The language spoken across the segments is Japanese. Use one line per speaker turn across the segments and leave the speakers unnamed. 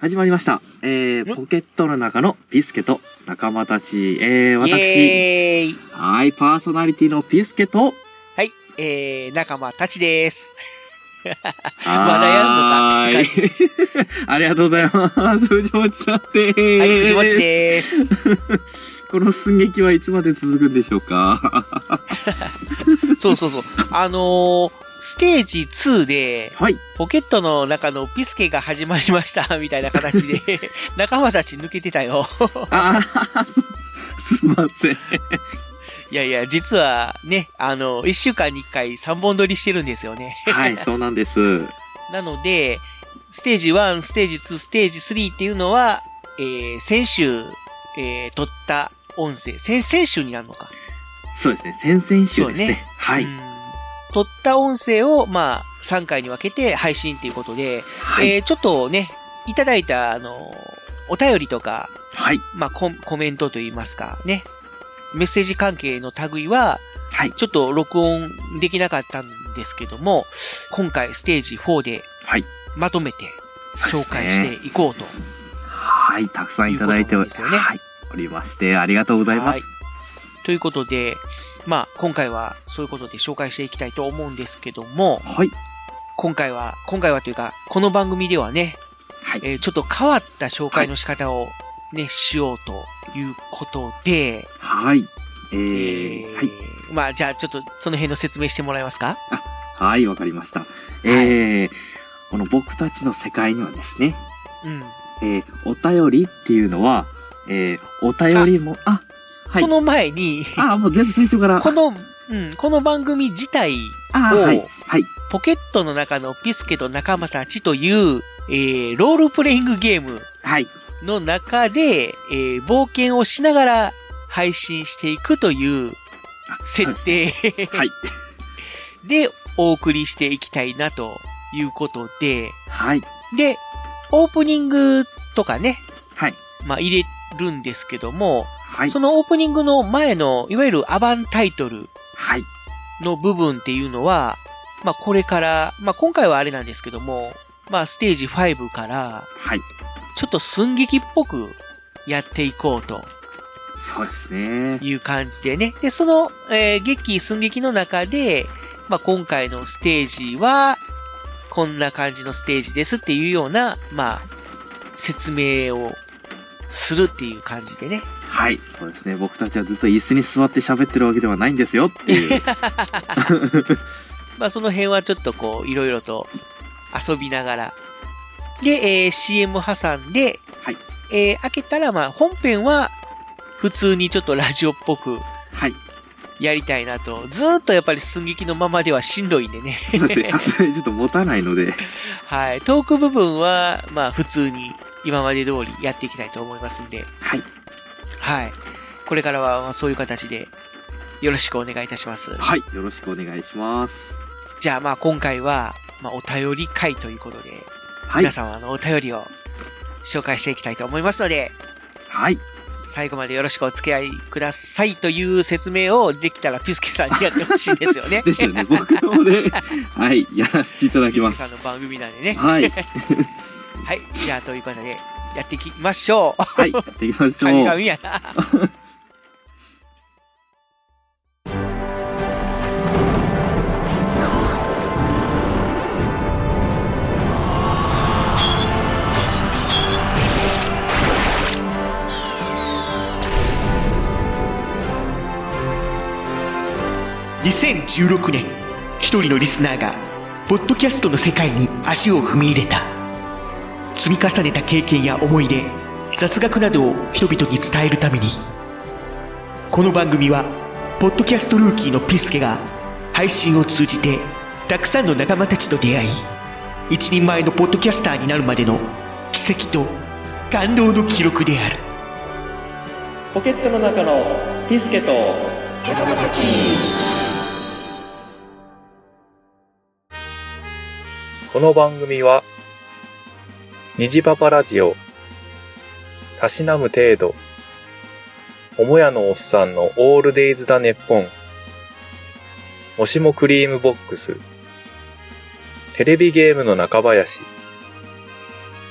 始まりました。えー、ポケットの中のピスケと仲間たち、えー、
イ
私、
エーイ
はい、パーソナリティのピスケと、
はい、えー、仲間たちです。
ま
だや るのか
るのか。ありがとうございます。藤本さんでーす。
はい、藤持ちです。
この寸劇はいつまで続くんでしょうか
そうそうそう。あのー、ステージ2で、
はい。
ポケットの中のピスケが始まりました、 みたいな形で、仲間たち抜けてたよ。
あーすすいません。
いやいや、実はね、あの、1週間に1回3本撮りしてるんですよね。
はい、そうなんです。
なので、ステージ1、ステージ2、ステージ3っていうのは、えー、先週、えー、撮った音声、先、先週になるのか。
そうですね、先々週ですね。
そうね
はい、
うん撮った音声を、まあ、3回に分けて配信ということで、
はい。
えーちょっとね、いただいた、あの、お便りとか、
はい。
まあコ、コメントといいますか、ね、メッセージ関係の類は、
はい。
ちょっと録音できなかったんですけども、今回ステージ4で
はい。
まとめて紹介していこうと。
はい、たくさんいただいてお
いうことなんですよね
はい、おりまして、ありがとうございま
は
す
い。ということで、まあ、今回はそういうことで紹介していきたいと思うんですけども、
はい。
今回は、今回はというか、この番組ではね、
はい。
えーちょっと変わった紹介の仕方をね、しようということで、
はい。え
え
ー、はい。
ーまあ、じゃあちょっとその辺の説明してもらえますか
はい、わかりました。えー、この僕たちの世界にはですね、
うん。
えー、お便りっていうのは、えー、お便りも、あ、はい
そ。の前に、
あ、もう全部最初から。
この、うん、この番組自体、
あ、はい。はい。
ポケットの中のピスケと仲間たちという、えーロールプレイングゲーム
はい。
の中で、えー冒険をしながら配信していくという
あ
設。定
はい。
でお送りしていきたいなということで、
はい。
で、オープニングとかね、
はい。
まあ入れるんですけども、
はい。
そのオープニングの前の、いわゆるアバンタイトル
はい。
の部分っていうのは、まあこれから、まあ今回はあれなんですけども、まあステージ5から、
はい。
ちょっと寸劇っぽくやっていこうと
そうですね。
いう感じでね。で、その、えー劇、寸劇の中で、まあ今回のステージは、こんな感じのステージですっていうような、まあ、説明をするっていう感じでね。
はい。そうですね。僕たちはずっと椅子に座って喋ってるわけではないんですよっていう。
まあその辺はちょっとこう、いろいろと遊びながら。で、えー CM 挟んで、
はい
えー開けたら、まあ本編は普通にちょっとラジオっぽく
はい。
やりたいなと。ずーっとやっぱり寸劇のままではしんどいんでね。
そうですね。さすがにちょっと持たないので。
はい。トーク部分は、まあ普通に今まで通りやっていきたいと思いますんで、
はい。
はい。これからはまあそういう形でよろしくお願いいたします。
はい。よろしくお願いします。
じゃあまあ今回は、まあお便り会ということで、
はい
皆。様のお便りを紹介していきたいと思いますので、
はい。。
最後までよろしくお付き合いくださいという説明をできたらピスケさんにやってほしいですよ ね
ですよね。僕も ね、はい、やらせていただき
ピス
ま
ケ
す
さ。んの番組なんでね。
はい。
はい。じゃあということで、やっていきましょう。
はい、やっていきましょ
神々
う。
やな。2016年一人のリスナーがポッドキャストの世界に足を踏み入れた積み重ねた経験や思い出雑学などを人々に伝えるためにこの番組はポッドキャストルーキーのピスケが配信を通じてたくさんの仲間たちと出会い一人前のポッドキャスターになるまでの奇跡と感動の記録である
ポケットの中のピスケと
この番組は、虹パパラジオ、たしなむ程度、おもやのおっさんのオールデイズだネッポン、もしもクリームボックス、テレビゲームの中林、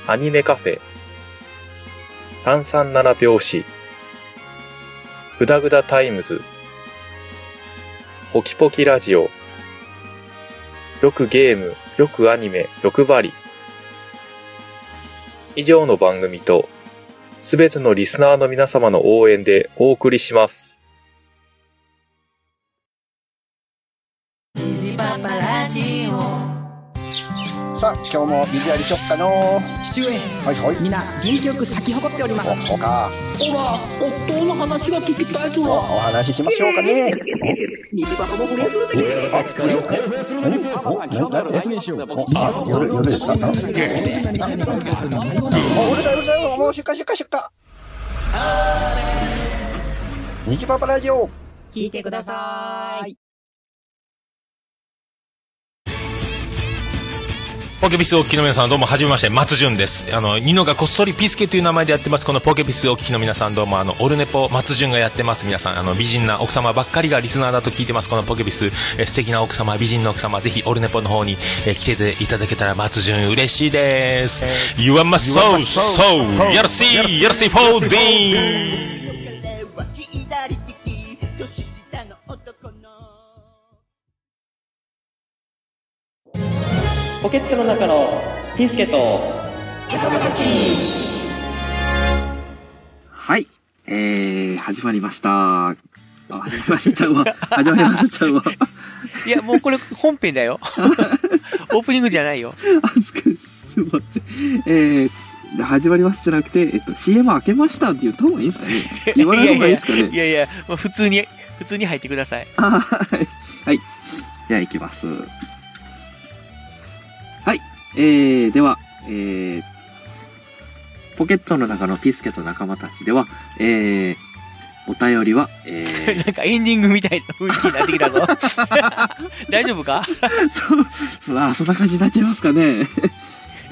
アニメカフェ、 337拍子、ぐだぐだタイムズ、ポキポキラジオ、よくゲーム、よくアニメ、欲張り。以上の番組と、すべてのリスナーの皆様の応援でお送りします。
虹パパラジオ
さあ今日も水やりしよっかのは
父上
いはい
皆元気よく咲き誇っております
おそうか
ほら夫の話が聞きたいと
おお話ししましょうかね
虹バカも嬉しいです
おおなんでおあ夜夜ですかあおうるさいうるさいもう出荷出荷出荷虹パパラジオ
聞いてください
ポケピスをお聞きの皆さんどうもはじめまして松潤ですあのニノがこっそりピスケという名前でやってますこのポケピスをお聞きの皆さんどうもあのオルネポ松潤がやってます皆さんあの美人な奥様ばっかりがリスナーだと聞いてますこのポケピスえ素敵な奥様美人な奥様ぜひオルネポの方にえ来ていただけたら松潤嬉しいです、You are my soul soul やらしいやらしいフォーディーン
左利き年下の男の
ポケットの中のピースケと
はい。えー、始まりました。あ、始まりちゃうわ。始まりましちゃうわ。
いや、もうこれ本編だよ。 オープニングじゃないよ。
あすくすいません。えー、じゃあ始まりますじゃなくて、えっと、CM 開けましたって言った方がいいですかね言わない方がいいですかね
いやいや、もう普通に、普通に入ってください。
あはい。はい。じゃあ行きます。はい。えー、では、えー、ポケットの中のピスケと仲間たちでは、えー、お便りは、えー、
なんかエンディングみたいな雰囲気になってきたぞ。 大丈夫か
そう、そうあ、そんな感じになっちゃいますかね。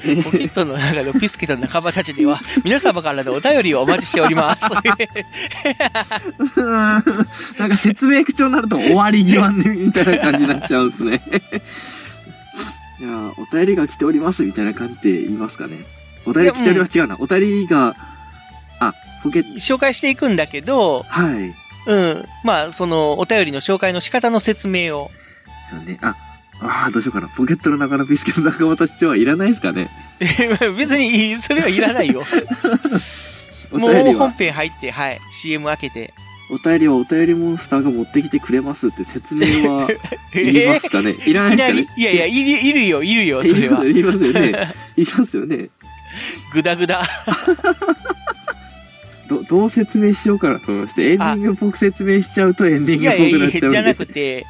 ポケットの中のピスケと仲間たちには、皆様からのお便りをお待ちしております。
うーんなんか説明口調になると終わり際みたいな感じになっちゃうんですね。 いや、お便りが来ておりますみたいな感じで言いますかね。お便り来ております違うな。お便りが、あ、ポケット、
紹介していくんだけど、
はい。で
うん。まあ、その、お便りの紹介の仕方の説明を。
すよね。あ、あーどうしようかな。ポケットの中のビスケの仲間としてはいらないですかね。
別にいい、それはいらないよ。
お
も
便り
う本
は、
編入って、はい。CM 開けて。
お便りはお便りモンスターが持ってきてくれますって説明 はいりますかね。いら
い
な
き
いですかね
なり。、いやいや、いるいるよ、いるよ、それは。
いりますよ ね。いますよね。
ぐだぐだ。
どどう説明しようかなと思いましてエンディングっぽく説明しちゃうとエンディン
い
グっ
や
ぽ
い
く
や
なっ
い
ちゃ
や、じ
う
ゃ
ん
な
で
くて、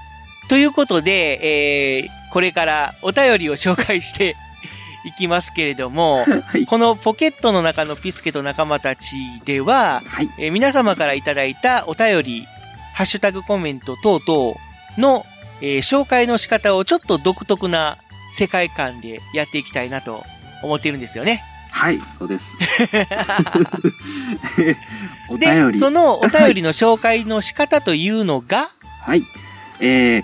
ということで、えー、これからお便りを紹介して いきますけれども、
はい
このポケットの中のピスケと仲間たちでは、
はい
えー皆様からいただいたお便り、ハッシュタグコメント等々の、えー紹介の仕方をちょっと独特な世界観でやっていきたいなと思っているんですよね。
はいそうです お便
で、
り
そのお便りの紹介の仕方というのが、
はいえー、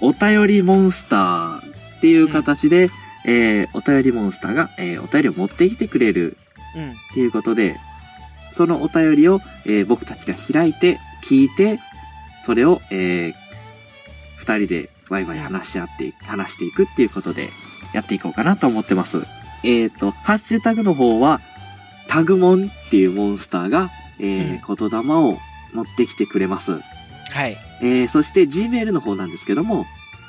お便りモンスターっていう形で、えー、お便りモンスターが、えー、お便りを持ってきてくれる
うん、
っていうことでそのお便りを、えー僕たちが開いて聞いてそれを、えー、2人でワイワイ話し合って話していくっていうことでやっていこうかなと思ってますえっ、とハッシュタグの方はタグモンっていうモンスターが、えー言霊を持ってきてくれます、
はい。
えーそして Gmail の方なんですけども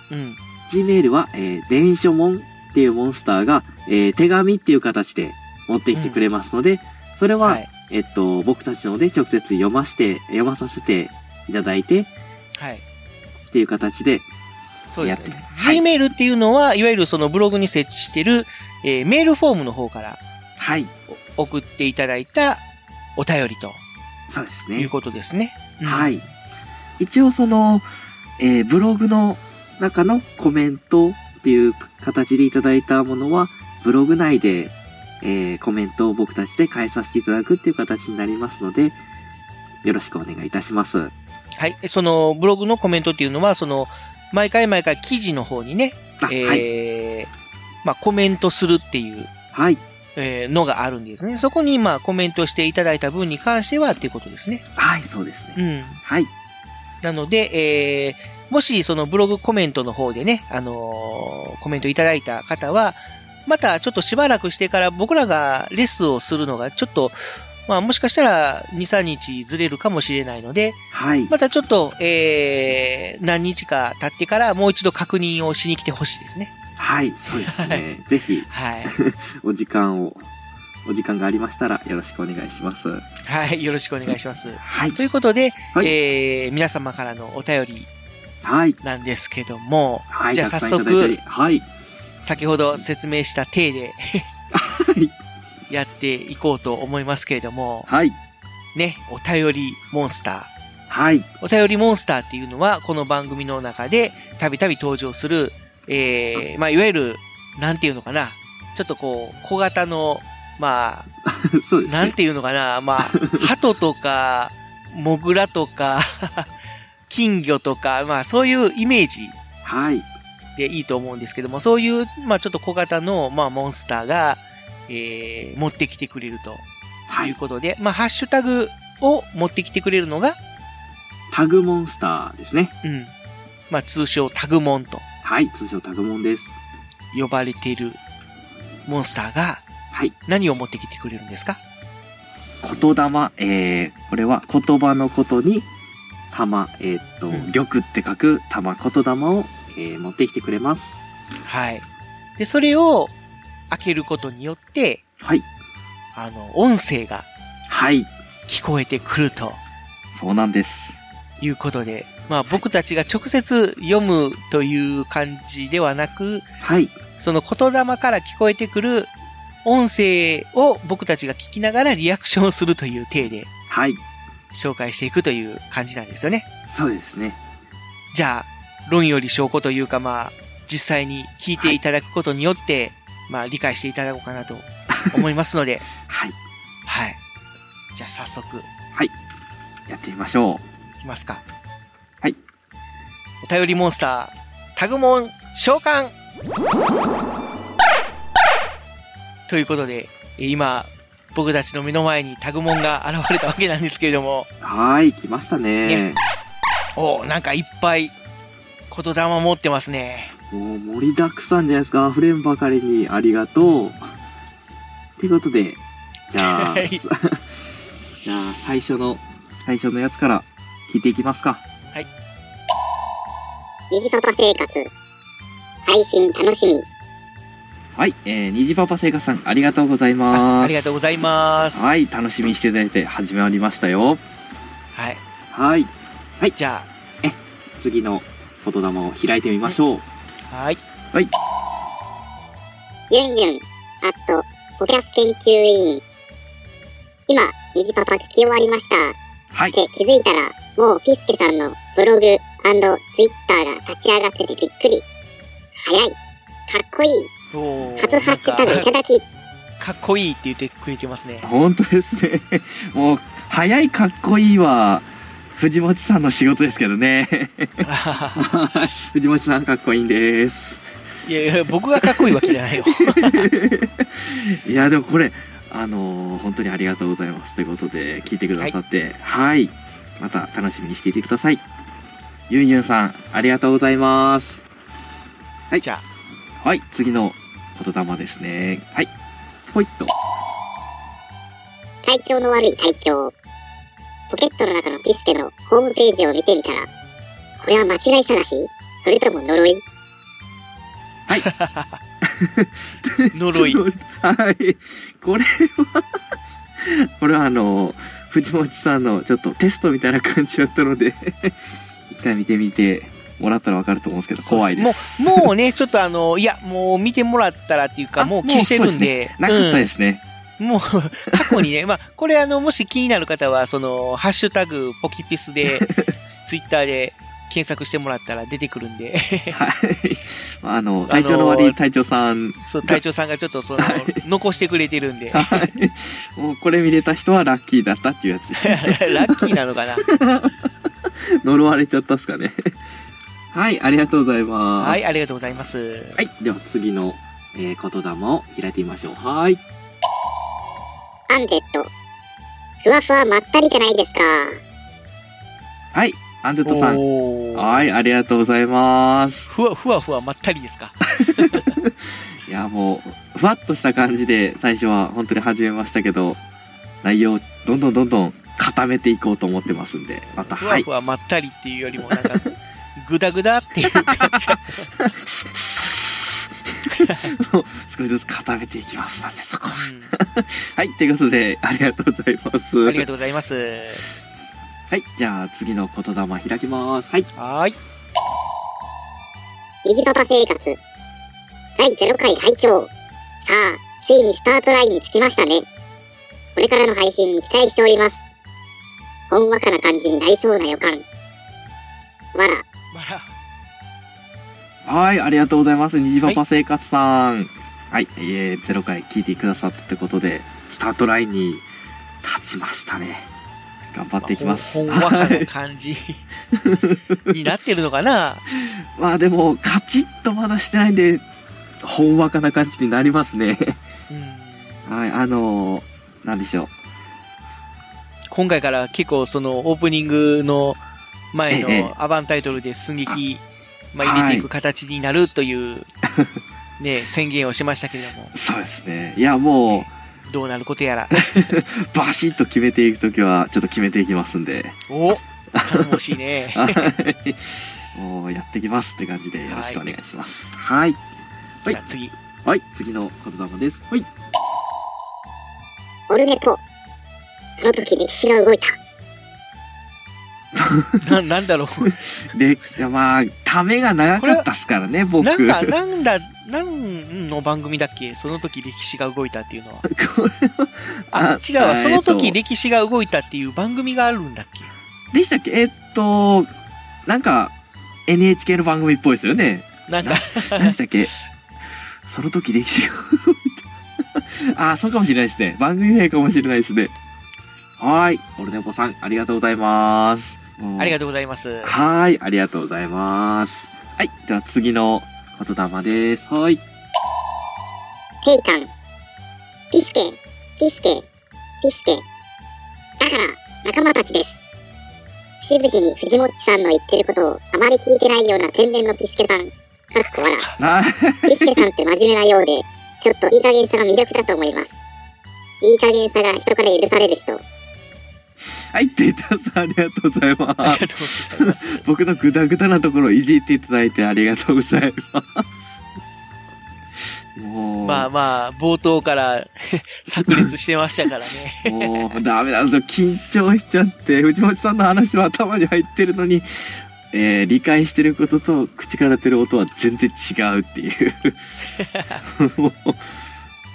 うん。
Gmail は、えー、電書門っていうモンスターが、えー手紙っていう形で持ってきてくれますので、それは、
はい。
えっと、僕たちので直接読まして、読まさせていただいて
はい。
っていう形で、
そうですよね
や。
Gmail っていうのは、いわゆるそのブログに設置してる、えーメールフォームの方から
はい、
送っていただいたお便りと
そうです
いう
ね。
ことですね。。
はいい。一応その、えーブログの中のコメントっていう形でいただいたものは、ブログ内で、えーコメントを僕たちで返させていただくっていう形になりますので、よろしくお願いいたします。
はい。そのブログのコメントっていうのは、その、毎回毎回記事の方にね、
あ、
えー
はい。
まあコメントするっていう、
はい。
えーのがあるんですね。そこに、まあ、コメントしていただいた分に関してはっていうことですね。
はい、そうですね。
うん。
はい。
なので、えーもしそのブログコメントの方でね、あのーコメントいただいた方は、またちょっとしばらくしてから僕らがレッスンをするのがちょっと、まあもしかしたら2、3日ずれるかもしれないので、
はい。
またちょっと、えー何日か経ってからもう一度確認をしに来てほしいですね。
はい、そうですね。ぜひ、
はい。
お時間を、お時間がありましたらよろしくお願いします。
はい。よろしくお願いします。
はい。
ということで、
はい
えー皆様からのお便り
はい。
なんですけども、
はい、
じゃあ
たくさんいただいたり
早
はい。
先ほど説明した体で
い
やっていこうと思いますけれども、
はい。
ね、お便りモンスタ
はい。
ー。お便りモンスターっていうのは、この番組の中でたびたび登場する、えー、まあ、いわゆる、なんていうのかな、ちょっとこう、小型の、ま
そう
あ、
です
なん
ね。
ていうのかな、まあ、鳩とか、モグラとか、 金魚とか、まあ、そういうイメージ
はい。
でいいと思うんですけども、そういう、まあちょっと小型の、まあモンスターが、えー、持ってきてくれると
は
いう
い。
ことで、まあハッシュタグを持ってきてくれるのが、
タグモンスターですね。
うん、まあ通称タグモンと
はい。通称タグモンです。
呼ばれているモンスターが
はい。
何を持ってきてくれるんですか
言霊、えー、これは言葉のことに、玉、えーっと、
うん
玉って書く玉、言霊を、えー持ってきてくれます。
はい。で、それを開けることによって、
はい。
あの、音声が
はい。
聞こえてくると
そうなんです。
ということで、まあ僕たちが直接読むという感じではなく、
はい。
その言霊から聞こえてくる音声を僕たちが聞きながらリアクションをするという体で
はい。
紹介していくという感じなんですよね。
そうですね。
じゃあ、論より証拠というかまあ、実際に聞いていただくことによって、まあ理解していただこうかなと思います ので、
はい。
はい。じゃあ早速、い
やってみましょう。
きますか。
はい。
お便りモンスター、タグモン召喚ということで、えー今、僕たちの目の前にタグモンが現れたわけなんですけれども、
はーい、来ましたね。
おーなんかいっぱい言霊持ってますね。
もう盛りだくさんじゃないですか。溢れんばかりにありがとう。ということで、じゃあ、
はい
じゃあ最初の、最初のやつから聞いていきますか。
虹パパ生活配信楽しみ
はい、えー、虹パパ生活さん、ありがとうござい
ああ
ま
り
す。
がとうございます。。
はいい、楽しみにしていただいて始まりましたよ。
はい。
はい、
じゃ
次の言霊を開いてみましょう。
あ、はい。
ゆんゆんアットポキャス研究委員今虹パパ聞き終わりましたっ
はい、
て気づいたらもうピスケさんのブログツイッターが立ち上がっててびっくり早いかっこいい
おー
初ハッシュタグ
なん
い
か
ただき
かっこいいって言ってくれてますね。
本当ですね。 もう、早いかっこいいは、藤本さんの仕事ですけど ね。藤本さんかっこいいんです。
いやいや、僕がかっこいいわけじゃないよ。
いや、でもこれ、あのー本当にありがとうございます。ということで、聞いてくださって、はい。また楽しみにしていてください。ゆんゆんさん、ありがとうございます。はい。
じゃ
はい、次の言霊ですね。はい。ほいっと。
体調の悪い体調ポケットの中のピスケのホームページを見てみたらこれは間違い探しそれとも呪い
呪い。
はい。これは、 これはあの、藤本さんのちょっとテストみたいな感じだったので、 一回見てみてもらったらわかると思うんですけど、怖いです。
そうそうもう、もうね、ちょっとあの、いや、もう見てもらったらっていうか、
あ
もう消してるんで。
なかった
うん
ですね。
もう、過去にね、まあ、これあの、もし気になる方は、その、ハッシュタグ、ポキピス で、ツイッターで検索してもらったら出てくるんで、
はい。 まああの、体調の悪い隊長さ ん、
そう、隊長さんがちょっとその
はい、
残してくれてる んで、ラ
はい。もうこれ見れた人はラッキーだったっていうやつですね。
ッキーなのかな。
呪われちゃったっすかね。 はい、ありがとうございます。
はい、ありがとうございます。
はい。では次の、えー言霊を開いてみましょう。はい。
アンデッド。ふわふわまったりじゃないですか。
はい、アンデッドさん。
おー
はい、ありがとうございます。
ふわふわふわまったりですか。
いや、もう、ふわっとした感じで、最初は本当に始めましたけど、内容、どんどんどんどん固めていこうと思ってますんで、また、
ふ
は
わ
い
ふ。わまったりっていうよりも、なんか、 ぐだぐだっていう感じが。
そう 少しずつ固めていきます。なんで、そこは。
う
はい、ということで、ありがとうございます。
んありがとうございます。
はい、じゃあ次の言霊開きます。はい。
はーい。
虹パパ生活。第0回拝聴さあ、ついにスタートラインに着きましたね。これからの配信に期待しております。ほんわかな感じになりそうな予感。わら、
まだ、
はい、ありがとうございます。虹パパ生活さん。はい、えー、0回聞いてくださったってことで、スタートラインに立ちましたね。頑張っていきます。
ほんわか
は
ない感じになってるのかな。
まあでも、カチッとまだしてないんで、ほんわかな感じになりますね。
うん
はい、あのー、なんでしょう。
今回から結構そのオープニングの前
ええ
のアバンタイトルで寸劇、まあ、入れていく形になるという、ね、宣言をしましたけれども、
そうですね。いや、も
どうなることやら。
う、バシッと決めていくときは、ちょっと決めていきますん で。
お頼もしいね。
はいもうやってきますって感じでよろしくお願いします。はい。
じゃあ次。
はい、次の言霊です。はい。
オルネポ。その時歴史が動いた。
な、なんだろう。
で、いやまあ、ためが長かったっすからね、僕。
なんか、なんだ、なんの番組だっけその時歴史が動いたっていうのは。
これは
あ、違うわ。その時
えー
歴史が動いたっていう番組があるんだっけ
とでしたっけえーっと、なんか、NHK の番組っぽいですよね。
なんか、
何でしたっけその時歴史が動い た。あー、そうかもしれないですね。番組名かもしれないですね。はーい。オルネポさん、ありがとうございます。
あ
と
り
う
がとうございま
は
す。
ーい、ありがとうございます。はい、では次の言霊です。はい。
ペイタン。ピスケ、ピスケ、ピスケ。だから、仲間たちです。節々に藤本さんの言ってることをあまり聞いてないような天然のピスケさん。かっこ笑
な、
ピスケさんって真面目なようで、ちょっといい加減さが魅力だと思います。いい加減さが人から許される人。
はい、データさんありがとうござい
あ
ます。
りがとうございます。
僕のグダグダなところをいじっていただいてありがとうございます。もう、
まあまあ、冒頭から 炸裂してましたから ね。
もう、ダメなんですよ。緊張しちゃって、藤本さんの話は頭に入ってるのに、えー、理解してることと口から出る音は全然違うっていう。 もう、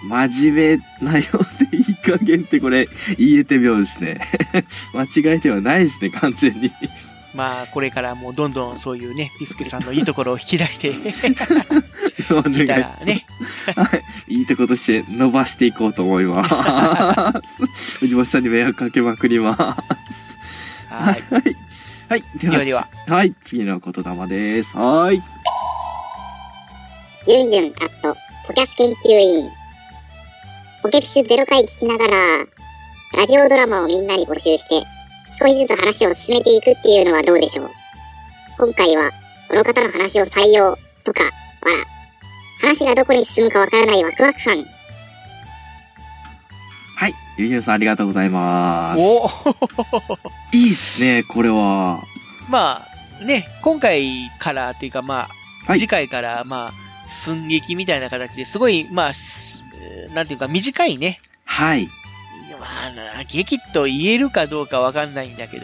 真面目なようでいい加減ってこれ、言えて病ですね。 間違えてはないですね、完全に。
まあ、これからもうどんどんそういうね、ピスケさんのいいところを引き出して、
お願いし
い
ま
た
す
らね、
いいとことして伸ばしていこうと思います。藤本さんに迷惑かけまくります。
はい。
はい、で
で
は
は、では、
はい、次の言霊です。はい。
ユンユンアット、ポキャス研究委員。ポケピシュ0回聞きながら、ラジオドラマをみんなに募集して、少しずつ話を進めていくっていうのはどうでしょう。今回は、この方の話を採用、とか、わら。話がどこに進むかわからないワクワク感。
はい、ゆうゆうさんありがとうございます。
お
いいっすね、これは。
まあ、ね、今回からというか、まあ、
はい
次回から、まあ、寸劇みたいな形ですごい、まあ、すなんていうか、短いね、
はい。
まあな、劇と言えるかどうかわかんないんだけ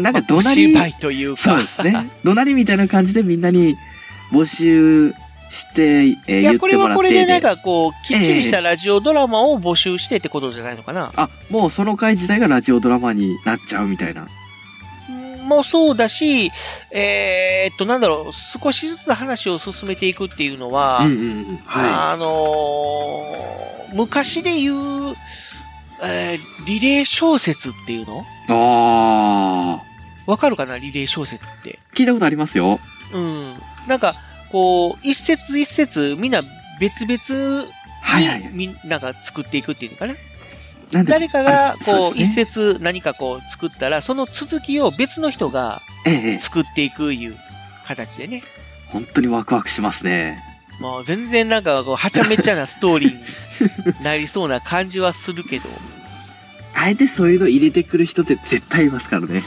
なん
ま
か
あ、お
怒鳴り、
芝居という
そう
か
で、すね。怒鳴りみたいな感じでみんなに募集して、えー
い
言
や、
っ
こ
て
れ
も
は
らっ
これ
て
で
で。
なんかこう、きっちりしたラジオドラマを募集してってことじゃないのかな。
あ、もうその回自体がラジオドラマになっちゃうみたいな。
もうそうだし、えーっと、なんだろう、少しずつ話を進めていくっていうのは、
うんうんうん。は
あのー昔で言う、えーリレー小説っていうの
い。ああ。
わかるかなリレー小説って。
聞いたことありますよ。
うん。なんか、こう、一節一節、みんな別々に、
はいはい。
みんなんか作っていくっていうのかな
なんで
誰かが
あ、そ
こ
う
う、
で
一
すね
節何かこう作ったら、その続きを別の人が
ええええ、
作っていくいう形でね。
本当にワクワクしますね。
もう全然なんかこう、はちゃめちゃなストーリーになりそうな感じはす るけど、
あえてそういうの入れてくる人って絶対いますからね。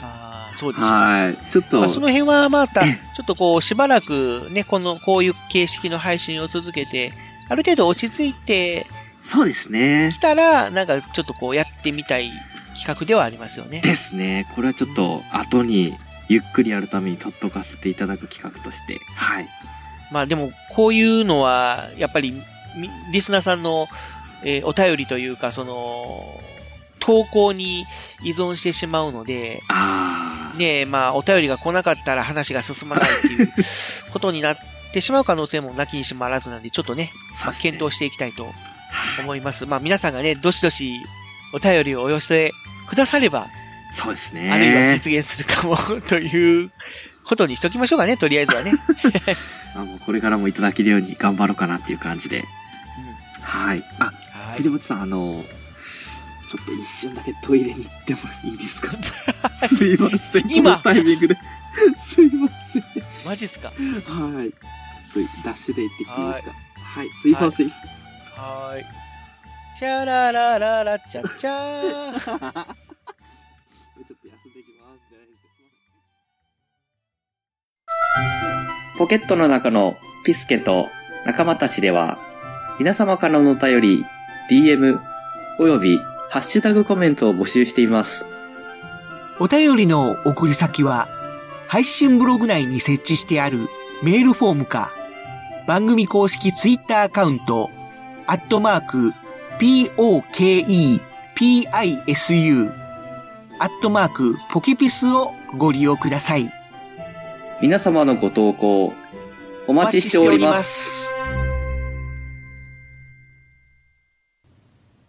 ああ、そうですよね。
はい。ちょっと、
まあ、その辺はまた、
え
ち
え
ょっとこう、しばらくね、この、こういう形式の配信を続けて、ある程度落ち着いて
そうですね
き。たら、なんかちょっとこう、やってみたい企画ではありますよね。
ですね。これはちょっと、後に、ゆっくりやるために取っとかせていただく企画として。はい。
まあでも、こういうのは、やっぱり、みリスナーさんの、えーお便りというか、その、投稿に依存してしまうので、
あー。
ねえ、まあ、お便りが来なかったら話が進まないっていうことになってしまう可能性もなきにしもあらずなんで、ちょっとね、
そうですね
検討していきたいと思います。まあ、皆さんがね、どしどしお便りをお寄せくだされば、
そうです
あるいは
ね。
実現するかも ということにしときましょうかね、とりあえずはね。
まあ、もうこれからもいただけるように頑張ろうかなっていう感じで。はい。あ、
は
藤本さん、あの、ちょっと一瞬だけトイレに行ってもいいです かすいません。
今
このタイミングで。 すいません。
マジっすか。
はい。ちょっとダッシュで行ってきていいですかはい。すい
い
ません。
はーい。チャララララチャチ ャー。
ちょっと休んできます。じゃないですか。
ポケットの中のピスケと仲間たちでは、皆様からのお便り、DM、およびハッシュタグコメントを募集しています。
お便りの送り先は、配信ブログ内に設置してあるメールフォームか、番組公式ツイッターアカウント、アットマーク、p-o-k-e-p-i-s-u、アットマーク、ポケピスをご利用ください。
皆様のご投稿、お待ちしております。
す。